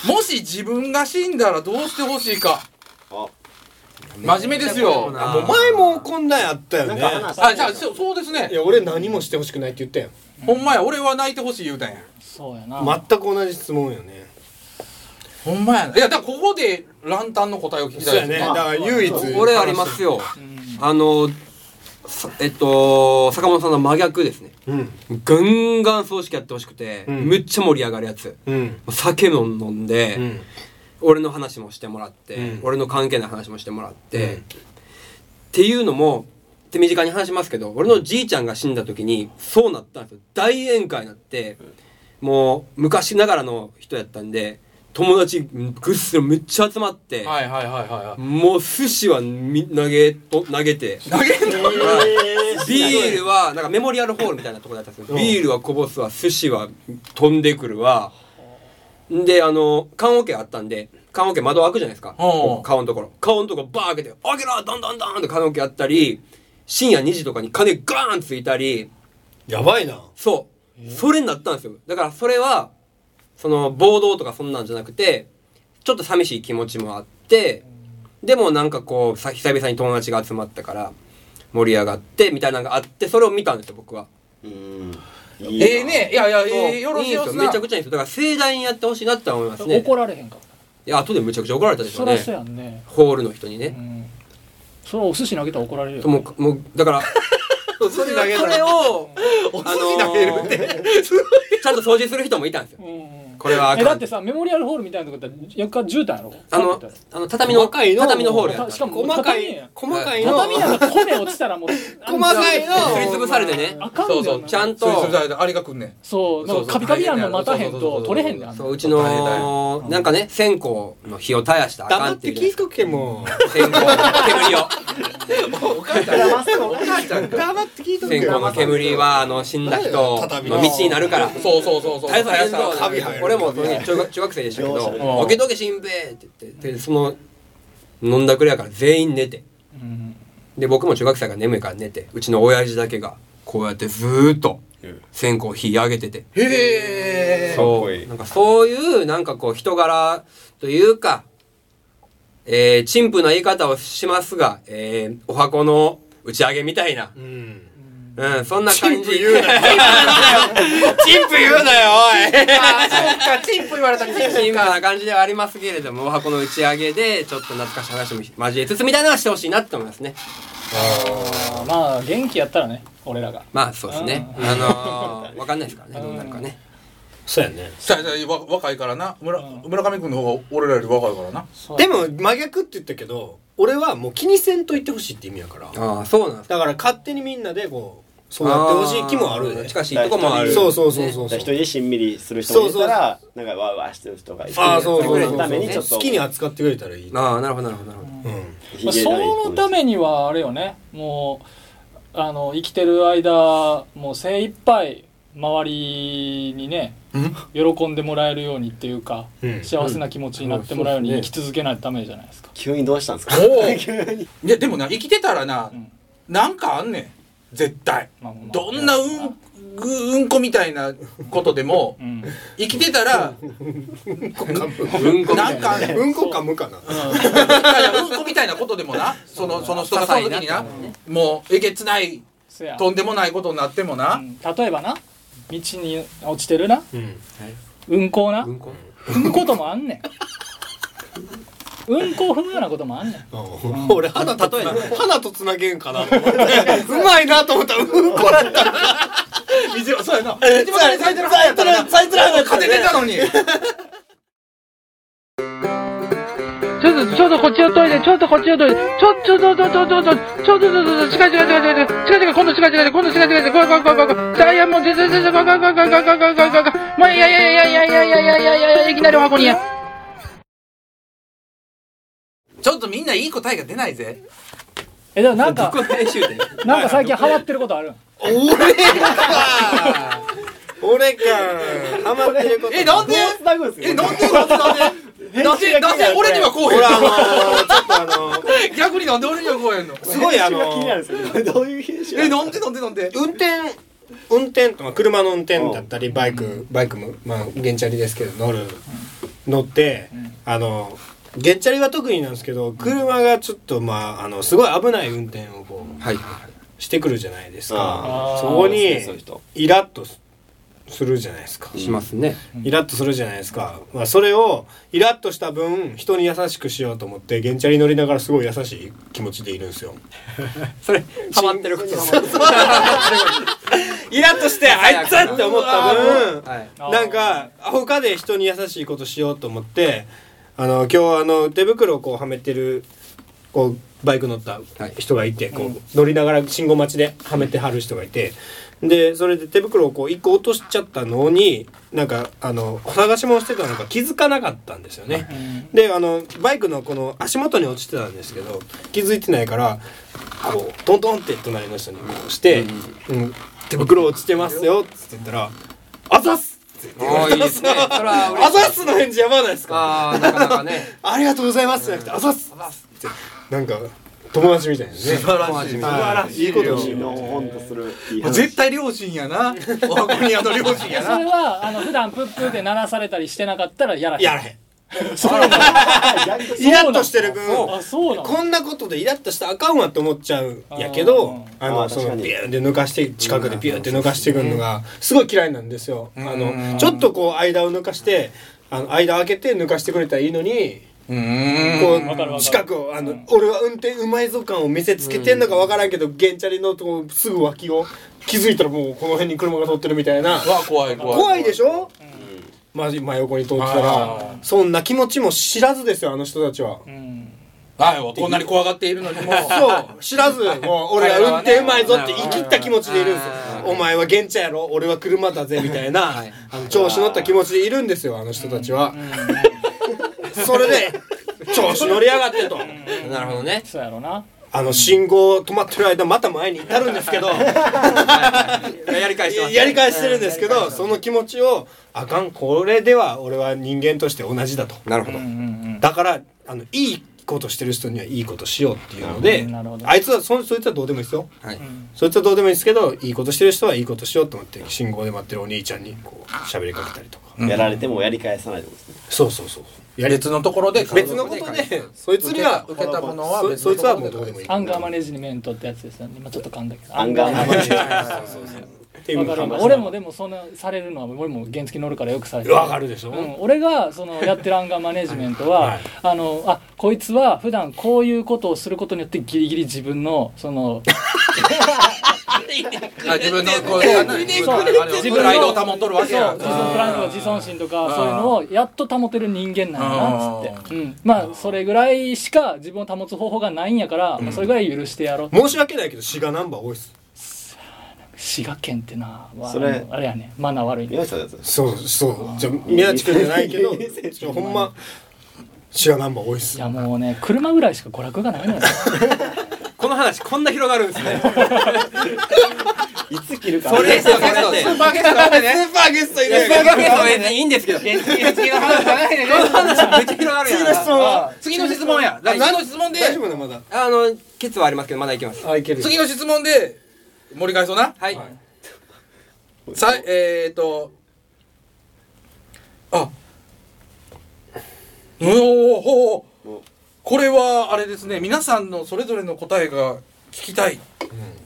もし自分が死んだらどうしてほしいかあ真面目ですよなあもう前もこんなんやったよなんねか話じゃあそうそうですいねや俺何もしてほしくないって言ったやほんまや俺は泣いてほしい言うたんやそうやなん全く同じ質問よねほんまやないやだからここでランタンの答えを聞きたそういでやすねだから唯一俺ありますよあのさえっと坂本さんの真逆ですねうんガンガン葬式やってほしくて、うんめっちゃ盛り上がるやつうん酒も飲んで、うん俺の話もしてもらって、うん俺の関係ない話もしてもらって、うんっていうのも手短に話しますけど俺のじいちゃんが死んだ時にそうなったんですよ大宴会になって、もう昔ながらの人やったんで友達ぐっすりめっちゃ集まって、はいはいはいはいはもう寿司はみ投げと投げてい投げんのビールはなんかメモリアルホールみたいなところだったんですけど、ビールはこぼすわ寿司は飛んでくるわであの棺桶あったんで棺桶窓開くじゃないですかほう顔のところ顔のところバー開けて「開けろどんどんどん!」って棺桶やったり深夜2時とかに金ガーンついたりやばいなそうそれになったんですよだからそれはその暴動とかそんなんじゃなくてちょっと寂しい気持ちもあってでもなんかこうさ久々に友達が集まったから盛り上がってみたいなのがあってそれを見たんですよ僕は。うんいいなええねいやいや、そうええよろしいんよですなめちゃくちゃいいんですよだから盛大にやってほしいなって思いますね。怒られへんかっいや後でめちゃくちゃ怒られたたでしょそうらねそうやんねホールの人にうね、んそのお寿司投げたら怒られるよもうもうだからおそ寿司れ投げをそれたをお寿司投げるって、ちゃんと掃除する人もいたんですようんうんこれはあかえんだってさメモリアルホールみたいなとこだったら床絨毯やろあのあの畳の細かいの畳のホールやったたしかも細か畳やいん細かいの畳やから米落ちたらもう 細かいのすりつぶされてねあかんのそうよそなうちゃんそうという人だあれが来んねんそうなんかカピカピやんの待たへんと取れへんねんあんなそううちのなんかね線香の火を絶やしたらあか黙んっっていてうじゃ聞いとけもないですか線香の煙をお母ちゃんお母ちゃんう黙って聞いとけ線香の煙はあの死んだ人の道になるからそうそうそうそう大佐大大カビ生え佐る俺もその時中学中学生でしたけ容赦どない「おけとけしんべえ」って言ってでその飲んだくれやから全員寝てうんで僕も中学生が眠いから寝てうちの親父だけがこうやってずーっと線香火上げててへえかっそこいういなんかそういうなんかこう人柄というか、えー、陳腐な言い方をしますが、えー、お箱の打ち上げみたいな、うんうん、そんな感じ。チンプ言うなよおいかチンポ言われたチン陳腐な感じではありますけれども、お箱の打ち上げで、ちょっと懐かしい話も交えつつみたいなのはしてほしいなって思いますね。あーまあ元気やったらね俺らがまあそうですね。うんあのー、わかんないですからね、どうなるかね。そうやねそうやそうやわ若いからな村村上君の方が俺らより若いからなそうでも真逆って言ったけど俺はもう気にせんと言ってほしいって意味やからああ、そうなんですか。だから勝手にみんなでこうそうやってほしい気もあるーね近しいとこもある。そうそうそうそうだそからう一人でしんみりする人もいたらなんかわーわーしてる人がいてああそうそうそうのためにちょっと好きに扱ってくれたらいいああ、なるほど、なるほど、なるほうんまあそのためにはあれよねもうあの生きてる間もう精一杯周りにね 喜んでもらえるようにっていうか、うん幸せな気持ちになってもらうようにうん生き続けないとダメじゃないですか、急にどうしたんですかおお急にいやでもな生きてたらな、うんなんかあんねん絶対まあまあまあどんなうんぐうんこみたいなことでもうん生きてたらど。うんこみたないんかあんねんうんこか無かなうんこみたいなことでもなそのその人がその時になもうえげつないせやとんでもないことになってもうなん例えばな道に落ちてるなうん運行なうんこ。踏むこともあ んねん運行踏むようなこともあんねんうん俺花とつな花とつなげんかなと思ってうまいなと思ったらうんこだった水はそうやな一番最初のやったら最初の勝ててたのにちょっと、ちょっとこっちのトイレ、ちょっとこっちのトイレ、ちょ、ちょ、ちょ、ちょ、ちょ、ちょ、ちょ、ちょ、ちょ、ちょ、ちょ、近い近い近い近い近い近い、今度近い近い近い、今度近い近い近い、怖い怖い怖い怖い怖い、ダイヤもう全然全然、怖い怖い怖い怖い怖い怖い怖い怖い怖い、もういやいやいやいやいやいやいやいやいやいや、いきなりお箱にや。 ちょっとみんないい答えが出ないぜえでもな んどかこの編集点なんか最近ハマってることあるん俺か俺かハマってることえなんで大丈夫ですえよなんでなんでなんでなんで俺にはこうほへんらあのーちょっとあのーの逆になんで俺にはこうへんのすごいあの気になーるんですよこれどういう編集えなんでなんでなんで運転運転まあ車の運転だったりバイクバイクもまあ原チャリですけど乗る乗ってあの原チャリは特になんですけど車がちょっとまああのすごい危ない運転をこうはいはい。してくるじゃないですあかーそこそうにですねそういう人イラッとすするじゃないです かしますね。イラッとするじゃないですか、まあ、それをイラッとした分人に優しくしようと思って原チャリ乗りながらすごい優しい気持ちでいるんです よそれ、ハマってること。イラッとしてあいつって思った分はい。 なんか他で人に優しいことしようと思ってあの今日あの手袋をこうはめてるこうバイク乗った人がいて、こう乗りながら信号待ちではめてはる人がいてでそれで手袋をこう一個落としちゃったのになんかあの探し物してたのか気づかなかったんですよね。であのバイクのこの足元に落ちてたんですけど気づいてないからこうトントンって隣の人にこうして「うん手袋落ちてますよ」っつって言ったら「あざっす!」って言あわあ、れたんいいでですすねよ。。それはあ嬉しい。ざっすの返事やばないですかああ、なかなかね。 ありがとうございますじゃなくて「あざっす!」ってなんか友達みたいなね。素晴らしい素晴らしいいいことをしのほんとするいい話絶対両親やなワゴニアの両親いややそれなはあの普段プップーで鳴らされたりしてなかったらやらへんやらへん。 イラッとしてる分あそうなのこんなことでイラッとしたらあかんわって思っちゃうんやけどああのあーそ確のかにビューンって抜かして近くでビューンって抜かしてくるのがすごい嫌いなんですよ。あうのんちょっとこう間を抜かしてあの間開けて抜かしてくれたらいいのにうーんこわかるわかうる近くをあの俺は運転うまいぞ感を見せつけてんのかわからんけどゲンチャリのとこすぐ脇を気づいたらもうこの辺に車が通ってるみたいなわ怖い怖い怖いでしょまじ真横に通ってたあらーそんな気持ちも知らずですよあの人たちは。うんはいこんなに怖がっているのにもそう知らずもう 俺は運転うまいぞって言い切った気持ちでいるんですよあーお前は現地やろ俺は車だぜみたいな、はいあの調子乗った気持ちでいるんですよあの人たちは、 それで調子乗りやがってとなるほどねそうやろなあの信号止まってる間また前に至るんですけどやり返してますやり返してるんですけどその気持ちをあかんこれでは俺は人間として同じだとなるほどうんうんだからあのいいことしてる人にはいいことしようっていうので、うんなるほどあいつはそそいつはどうでもいいですよはいうんそいつはどうでもいいですけどいいことしてる人はいいことしようと思って信号で待ってるお兄ちゃんにこう喋りかけたりとか、やられてもやり返さないってことですねそうそうそうやり別のところで別のことでそいつには受けたものはそ別のそいつはもうとどころうででもいいアンガーマネジメントってやつですよね今ちょっと噛んだけどアンガーマネジメントっていうわのかがる俺もでもそんなされるのは俺も原付乗るからよくされてわかるでしょ、うん、俺がそのやってるアンガーマネジメントは、はいあのあこいつは普段こういうことをすることによってギリギリ自分のそのあ自分のこうあの自分のあのプライドを保っとるわけやそう自尊プライドとか自尊心とかそういうのをやっと保てる人間なんやなっつって、うん、まあそれぐらいしか自分を保つ方法がないんやから、まあ、それぐらい許してやろう申し訳ないけど滋賀ナンバー多いです滋賀県ってなわそれあれやねマナー悪いね宮内さんのやつそうそうじゃあ宮地君じゃ ないけどいいですねちょほんま滋賀ナンバー多いっいすやもうね車ぐらいしか娯楽がないのよこの話こんな広がるんですねいつ切るかそれですよゲストスーパーゲストなんでねスーパーゲストいスーパーゲストはいいんですけどこの話めっちゃ広がるやん次の質問は次の質問やだから次の質問で大丈夫な まだあのケツはありますけどまだいけますあいける次の質問で盛り返そうなはいさえー、とあうおーほうこれはあれですね皆さんのそれぞれの答えが聞きたい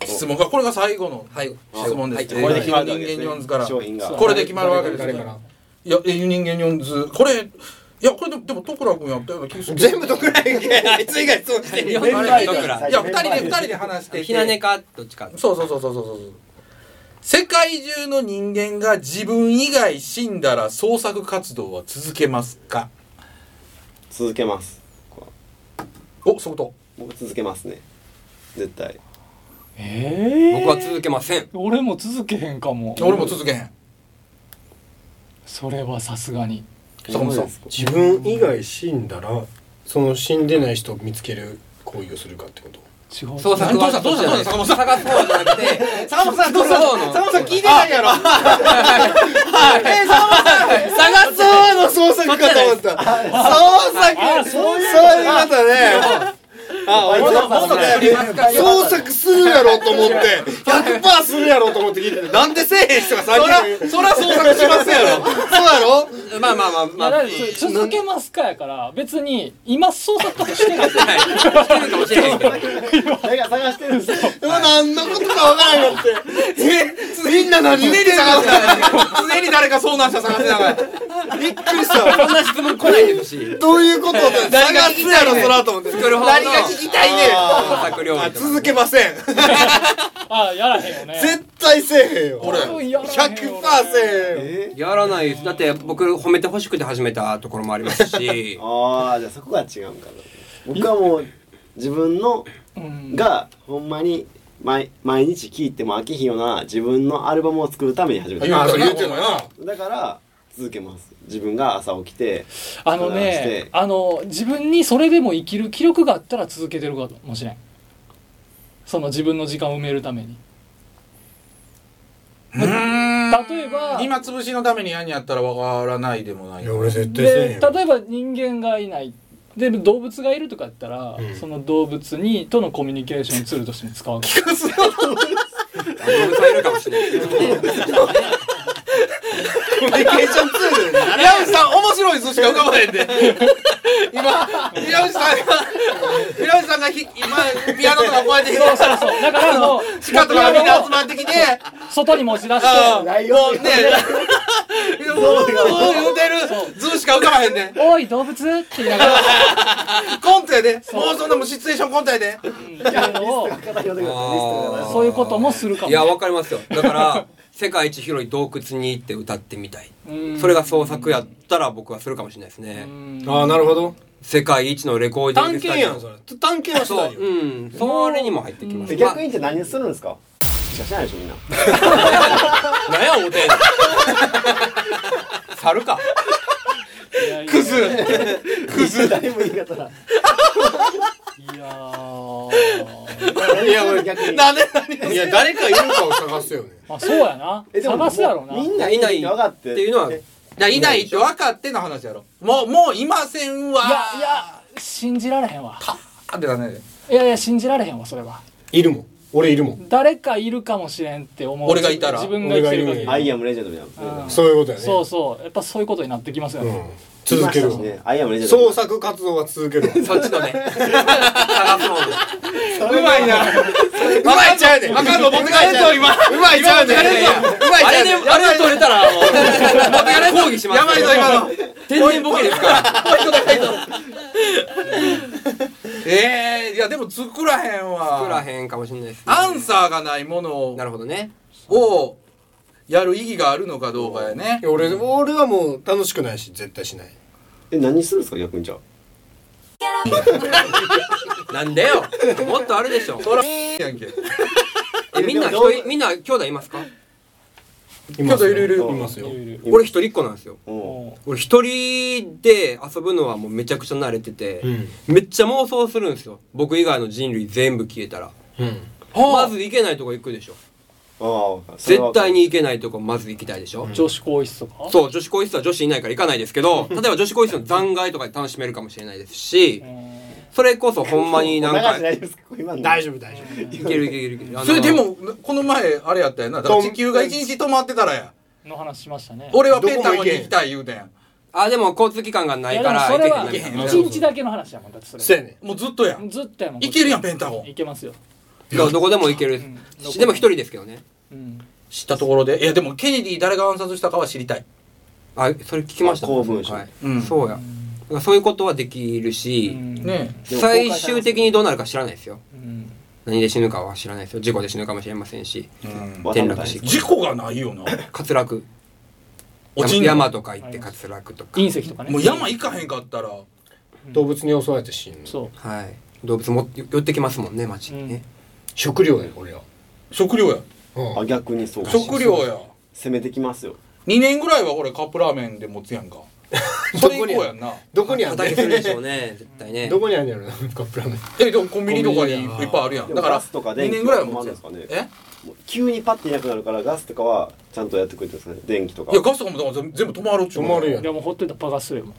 質問がこれが最後の質問です、はいこれで決まるわ人けです間ねニョンズから商品がこれで決まるわけですね誰からいやえ人間ニョンズこれいやこれでもでも徳良君やったような気がする全部どくらいあいつ以外質問してるよメンバーいくらいや二人で二人で話しててひなねかどっちかそうそうそうそうそうそう世界中の人間が自分以外死んだら創作活動は続けますか続けますこうおそこと僕続けますね絶対え僕は続けません俺も続けへんかも俺も続けへんそれはさすがにそこもそう自分以外死んだらその死んでない人を見つける行為をするかってこと違う創作はどうしたどうしたどうした探す方じゃなくて坂本さんどうした坂本さん聞いてないやろえー坂本さん探すそうの創作かと思 った創作そういう方ねあ、俺もっともっと作りますか創作するやろと思って100%する やろと思って聞いててなんでせえへん人が3人もいるそら創作しますやろ そうやろまあまあまあまあ、まあだからそれ続けますかやから別に今創作とかしてないしてるかもしれへんけど誰か探してるんですようわ何のことかわからんよって みんな何言ってんの常に誰か遭難者探せながらびっくりしたこんな質問来ないでほしいどういうことだ誰誰がが聞聞ききたたいいののそらと思って作る方の何が聞きたいねん創作料理あ続けませんああやらへんよね絶対せえへんよ俺多分やらへんよ100%ねせえへんよやらないですだって僕褒めてほしくて始めたところもありますしああじゃあそこが違うんかな僕はもう自分のうんがほんまに毎毎日聴いても飽きひんような自分のアルバムを作るために始め言たうてる言うてるななだから続けます自分が朝起きてあのねあの自分にそれでも生きる気力があったら続けてるかもしれんその自分の時間を埋めるためにうーん例えば今潰しのためにやんやったらわからないでもないいや俺絶対せえへでんよ例えば人間がいないで動物がいるとかやったら、うんその動物にとのコミュニケーションツールとしても使うわけ動物はいるかもしれな いですけどねコミュニケーションツールラウさん面白い図曲しか浮かばへんで今平内さんが平内さんがひ今ピアノとかこうやって披露したらそうだからもうシカとかみんな集まってきて外に持ち出してあライオンもうねうーん言うてる図しか浮かばへんで「おい動物!」って言いながらコントやでもうそんなもんシチュエーションコントやでっていう のをそういうこともするかもいやわかりますよだから 世界一広い洞窟に行って歌ってみたいそれが創作やったら僕はするかもしれないですねああなるほど世界一のレコーディン探グス検タジやんオそれ探検スそタうジオうんそのあれにも入ってきますまあ逆にって何するんですかしかしないでしょみんな何や思てんの猿かクズクズ誰も言い 方だいやーいや俺逆になんで何いや誰かいるかを探すよねまあそうやなえでも探すやろなみんないないって分かってっていうのはえいやいないって分かっての話やろもうもういませんわいやいや信じられへんわあってなんねいやいや信じられへんわそれはいるもん俺いるもん誰かいるかもしれんって思う俺がいたら自分が生きてる俺限がアいりイアムレジェンドみたいなうんそういうことやねそうそうやっぱそういうことになってきますようんね、続けるいまわしたしねアイアムレジェンド創作活動は続けるわそっちのね探すのねうまいな。うまいちゃうね。わかんの持って帰っちゃう今。うまいちゃうね。うまいあちゃれうでね。あれを取れたらもう抗議しますやばいぞ今の。天然ボケですからええいやでも作らへんわ。作らん。へんかもしれないですねアンサーがないものなるほどねをやる意義があるのかどうかやねい。や俺俺はもう楽しくないし絶対しないえ何するんですか逆にじゃあなんでよもっとあるでしょそらやんけ。えみんな一人みんな兄弟いますかいますよいるいるいますよいるいる俺一人っ子なんですようん俺一人で遊ぶのはもうめちゃくちゃ慣れてて、うんめっちゃ妄想するんですよ僕以外の人類全部消えたらうんまず行けないとこ行くでしょああそれは絶対に行けないとこまず行きたいでしょ、女子更衣室とかそう女子更衣室は女子いないから行かないですけど例えば女子更衣室の残骸とかで楽しめるかもしれないですしうんそれこそほんま になん流しなかいですか今の大丈夫大丈夫いけるいけるいけるあのそれでもこの前あれやったよな。だから地球が一日止まってたらや。の話しましたね俺はペンタゴンに行きたい言うてん。あでも交通機関がないいやかでもらそれは行けへん行けへん一日だけの話やもんだってそそうやれねもうずっとやん。ずっとやもんいけるやんペンタゴン。いけますよだからどこでも行ける、んしでも一人ですけどねうん知ったところで。いやでもケネディ誰が暗殺したかは知りたい。あそれ聞きましたあ公文書はいうんそうやだからそういうことはできるし、ねでも公開最されます終的にどうなるか知らないですようん何で死ぬかは知らないですよ事故で死ぬかもしれませんしえ。うんわか転んない落し事故がないよな。滑落落ちんの山とか行って滑落とか隕石とかねもう山行かへんかったら動物に襲われて死ぬそうはい動物も寄ってきますもんね街にね、食料やね俺は食料やあ逆にそうか食料や攻めてきますよ2年ぐらいは俺カップラーメンで持つ やんかそれ以降やんなどこにあん畑するでしねょうね絶対ねん どこにあんねやろなカップラーメンえでもコンビニとかにいっぱいあるやんだからガスとか電2気年ぐらいは困持るつんやでんすかねえもう急にパッていなくなるからガスとかはちゃんとやってくれてますね電気とかいやガスとかもだから全部止まるっちゅう止まるやいやもうほっといたら爆発するよも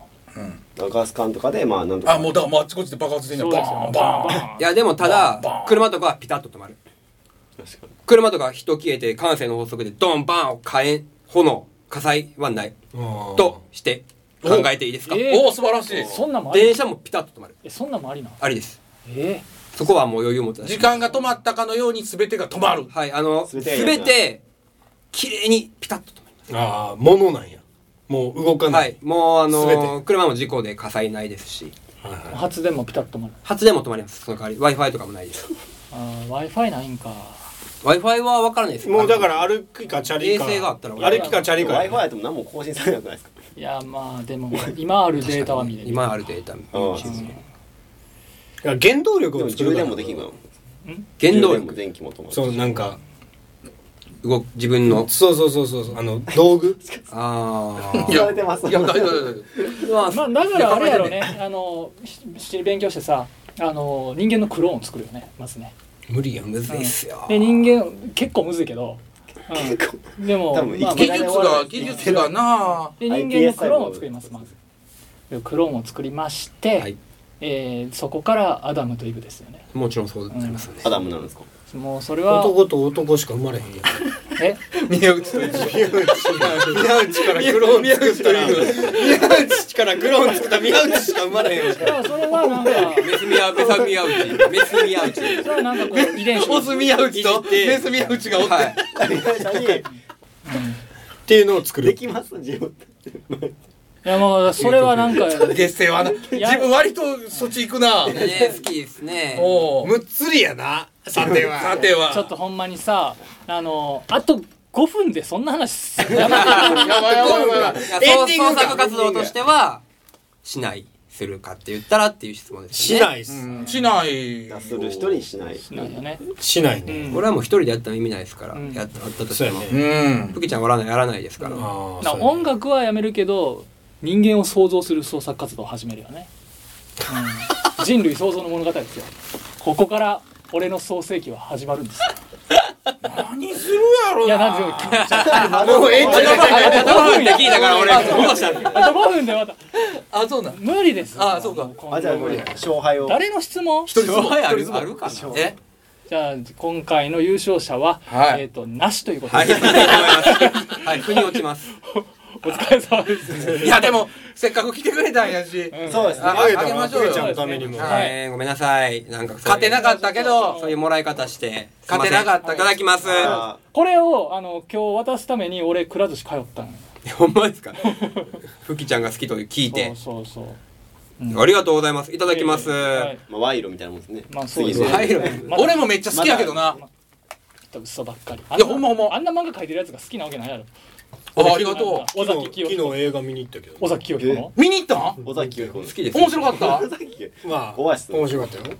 ガス管とかでまあなんとかあもうだからもうあっちこっちで爆発してんねうんそうでバすーよンバーンいやでもたバーだン車とかはピタッと止まる確かに車とか人消えて慣性の法則でドンバーン火炎炎火災はないととして考えていいですか、おえおお素晴らしいそんなんもあり電車もピタッと止まるえそんなんもありなありですえそこはもう余裕持って出し時間が止まったかのように全てが止まるはいあの全全てが良くなるて綺麗にピタッと止まるああ物なんやもう動かなはいい、もうあの全車も事故で火災ないですしはいはいえ発電もピタッと止まる発電も止まりますその代わり w i f i とかもない です w あ w i f i ないんか i f i は分からないですもうだから歩きかチャリか衛星があったら歩きかチャリか w i f i やとも何も更新されなくないですかいやまあでも今あるデータは見れる今あるデータああいや原動力でもを作る充から電もできるの原動充電も力電気も止まるそうなんか動く自分のそうそうそうそうそうあの道具ああい使やわれてますいや大丈夫大丈夫まあだからあれやろねあのし勉強してさあの人間のクローン作るよねまずね無理やんむずいっすよで人間結構むずいけど、うん結構でも多分まあ技術が技術がなで人間のクローンを作りますまずでクローンを作りまして、はいえーそこからアダムとイブですよねもちろんそうでございますよねアダムなんですかもうそれは男と男しか生まれへんやんえ宮内という宮内からクローン作ったら宮内からクローン作った宮内しか生まれへんよでもそれはなんかメス宮ベサ宮内メス宮内 それはなんかこう遺伝子オ ス宮内とメス宮内がおって、はい会社にていうのを作でるきます自分いやまあそれ はなんか月世はな自分割とそっち行くなね好きですねおうむっつりやなさて はさてはちょっとほんまにさあのあと5分でそんな話すやめてやばいやばいやばいやばいいやエンそうディン創グか作活動としてはしないするかって言ったらっていう質問ですしねないっす、うんしないがする人にしないなんだよねしないうね、んこれはもう一人でやっても意味ないですから、うんやったあったとしてもそうやうねんプキちゃんは笑わないやらないですから、ああな音楽はやめるけど人間を創造する創作活動を始めるよね、うん人類創造の物語ですよここから俺の創世記は始まるんですよ何するやろいなやなんでも聞いちゃったもうええんちゃうあドローンって聞いたから俺戻したんですよあと5分でまたあそうなん無理ですあそうかも今あじゃあこれ勝敗を誰の質問一人ずつあ一人ずるあるかな勝えじゃあ今回の優勝者は、はいえっ、となしということはいで、はい腑に落ちますお疲れ様ですいやでもせっかく来てくれたんやしそうですねああげましょうちゃんのよためにも、はいえーごめんなさいなんかそういう勝てなかったけどそういうもらい方して勝てなかったすいませんいただきますあこれをあの今日渡すために俺くら寿司通ったのよほんまですかふきちゃんが好きと聞いてそうそうそうありがとうございますいただきますはいまあ賄賂みたいなもんですねまあそうです次ねのはいまだ俺もめっちゃ好きやけどな嘘ばっかりいやほんまほんまあんな漫画描いてるやつが好きなわけないやろあありがと尾昨崎日清昨彦日映画見に行ったけど尾崎清彦のう見に行ったん尾崎由子好好きです面白かった尾崎由まあオアシス面白かったよ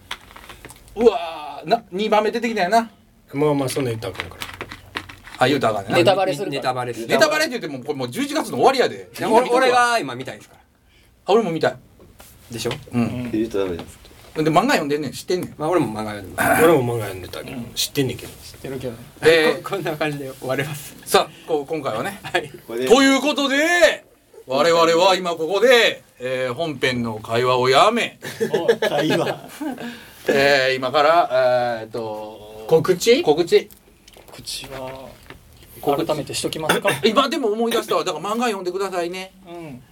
うわーな2番目出てきたよなまあまあそんな言ったらあかんからあ言うたらあかんねんネなタバレするからネタバレするネタバレって言ってもこれもう11月の終わりやでいや俺俺が今見たいですからあ俺も見たいでしょうん子言うとダメですで漫画読んでんねん知ってんねんまあ俺も漫画読んでます俺も漫画読んでたけど知ってんねんけど知ってるけどえーここんな感じで終わります。さあこう今回はねこれでということで我々は今ここで、えー本編の会話をやめ、会話 えー今からえーっと告知告知口は改めてしときますか今でも思い出したわだから漫画読んでくださいね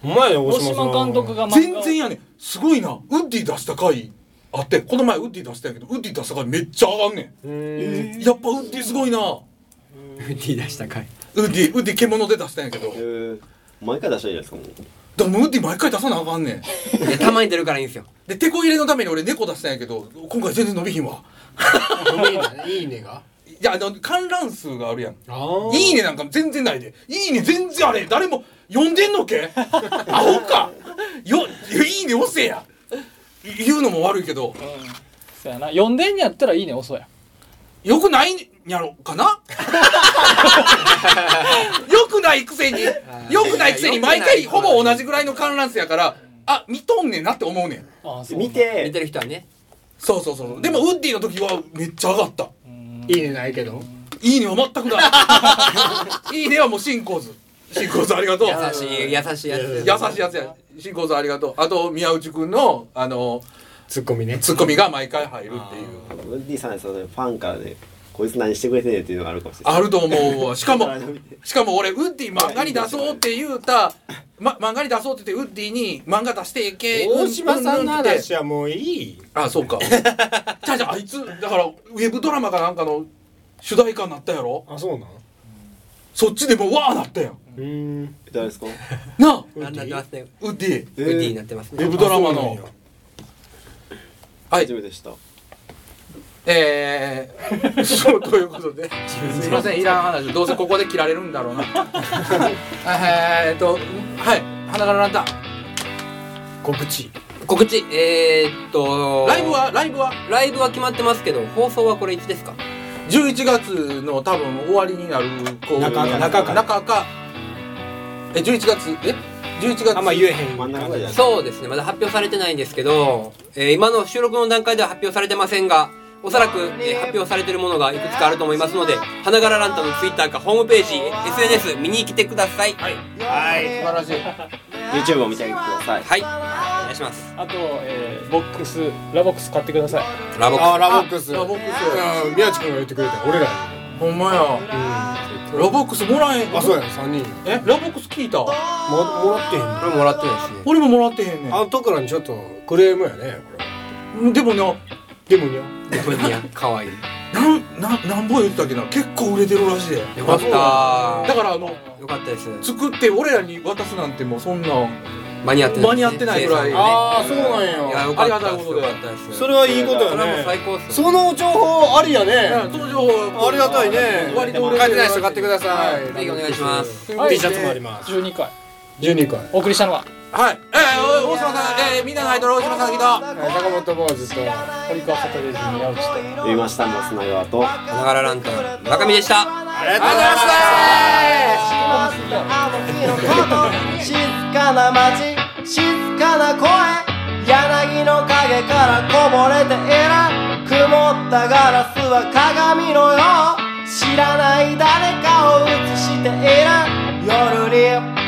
うんお前よ大大島島監督が漫画全を然やねんすごいなウッディ出した回あってこの前ウッディ出したんやけどウッディ出した回めっちゃ上がんねん、やっぱウッディすごいなウフティ出した回。ッディウッディ獣で出したんやけどえー毎回出したらいいですかもうでもウッディ毎回出さなあかんねんいや、たまに出るからいいんですよ。でテコ入れのために俺猫出したんやけど今回全然伸びひんわ督いいねがいやあの観覧数があるやんあーいいねなんか全然ないで。いいね全然あれ、誰も呼んでんの けアホかよ、いいね押せやい言うのも悪いけど、うんそやな読んでんやったらいいね遅やよくないんやろか なよくないくせに、よくないくせに毎回ほぼ同じぐらいの観覧数やから、あ、見とんねんなって思うねん。ああそう見見ててる人はね。そうそうそう。でもウッディの時はめっちゃ上がった。いいねないけどいいねは全くない。 いいねはもう進行図。進行図ありがとう。優しい、優しいやつです。優しいやつや新光さんありがとうあと宮内くんのあのツッコミねツッコミが毎回入るっていうウッディさんはそのファンからねこいつ何してくれてんねんっていうのがあるかもしれないあると思うわし かもあの見てしかも俺ウッディ漫画に出そうって言うた、ま、漫画に出そうって言ってウッディに漫画出していけ大島さんのうんうんって話はもういいあ そうかじゃあじゃああいつだからウェブドラマかなんかの主題歌になったやろあそうなんそっちでもうわーなったやんうーん誰ですかなあななってますね。ウッディえフーティになってますウェブね。ドラマのはい初めてでしたえー、そうということですいませんいらん話どうせここで切られるんだろう なえーっとはい花柄ランタン告知告知、えーっと、ライブはライブはライブは決まってますけど、放送はこれいつですか11月の多分終わりになるこう中か中か中かえ11月え11月あんま言えへん真ん中ぐらいじゃないそうですね、まだ発表されてないんですけど、えー今の収録の段階では発表されてませんが、おそらく、えー発表されてるものがいくつかあると思いますので、花柄ランタンのツイッターかホームページ、SNS 見に来てください。はい。はい素晴らしい YouTube を見てくださいはい。お願いします。あと、えーボックスラボックス買ってくださいラボックスあーラボックスラボックスあー宮地君が言ってくれた俺らほんまやうんラボックスもらえあそうや三人えラボックス聞いたももらってへんこれもらってないしね俺ももらってへんねあんとこらにちょっとクレームやねこんでもなれでもにゃかわいい なんなんなんぼ言ってたっけな結構売れてるらしいでよかっただからあのよかったです作って俺らに渡すなんてもうそんなん間に合ってない間に合ってないぐらい生産がねああそうなんいややよかったありがたいことでよかったですそれはいいことそやれはもう最ね高っすよその情報ありやだからねその情報はありがたいね割と売れ書いてるてない人買ってくださいぜひお願いしますはい T シャツもあります12回12回お送りしたのははいえー、大島さん、えー、みんなのアイドル大島さん来た坂本坊主と堀川サタデーズの矢内と言いましたもん、砂川と。花柄ランタン中身でしたありがとうございましたあの日のこと静かな街静かな声柳の影からこぼれている曇ったガラスは鏡のよう知らない誰かを映している夜に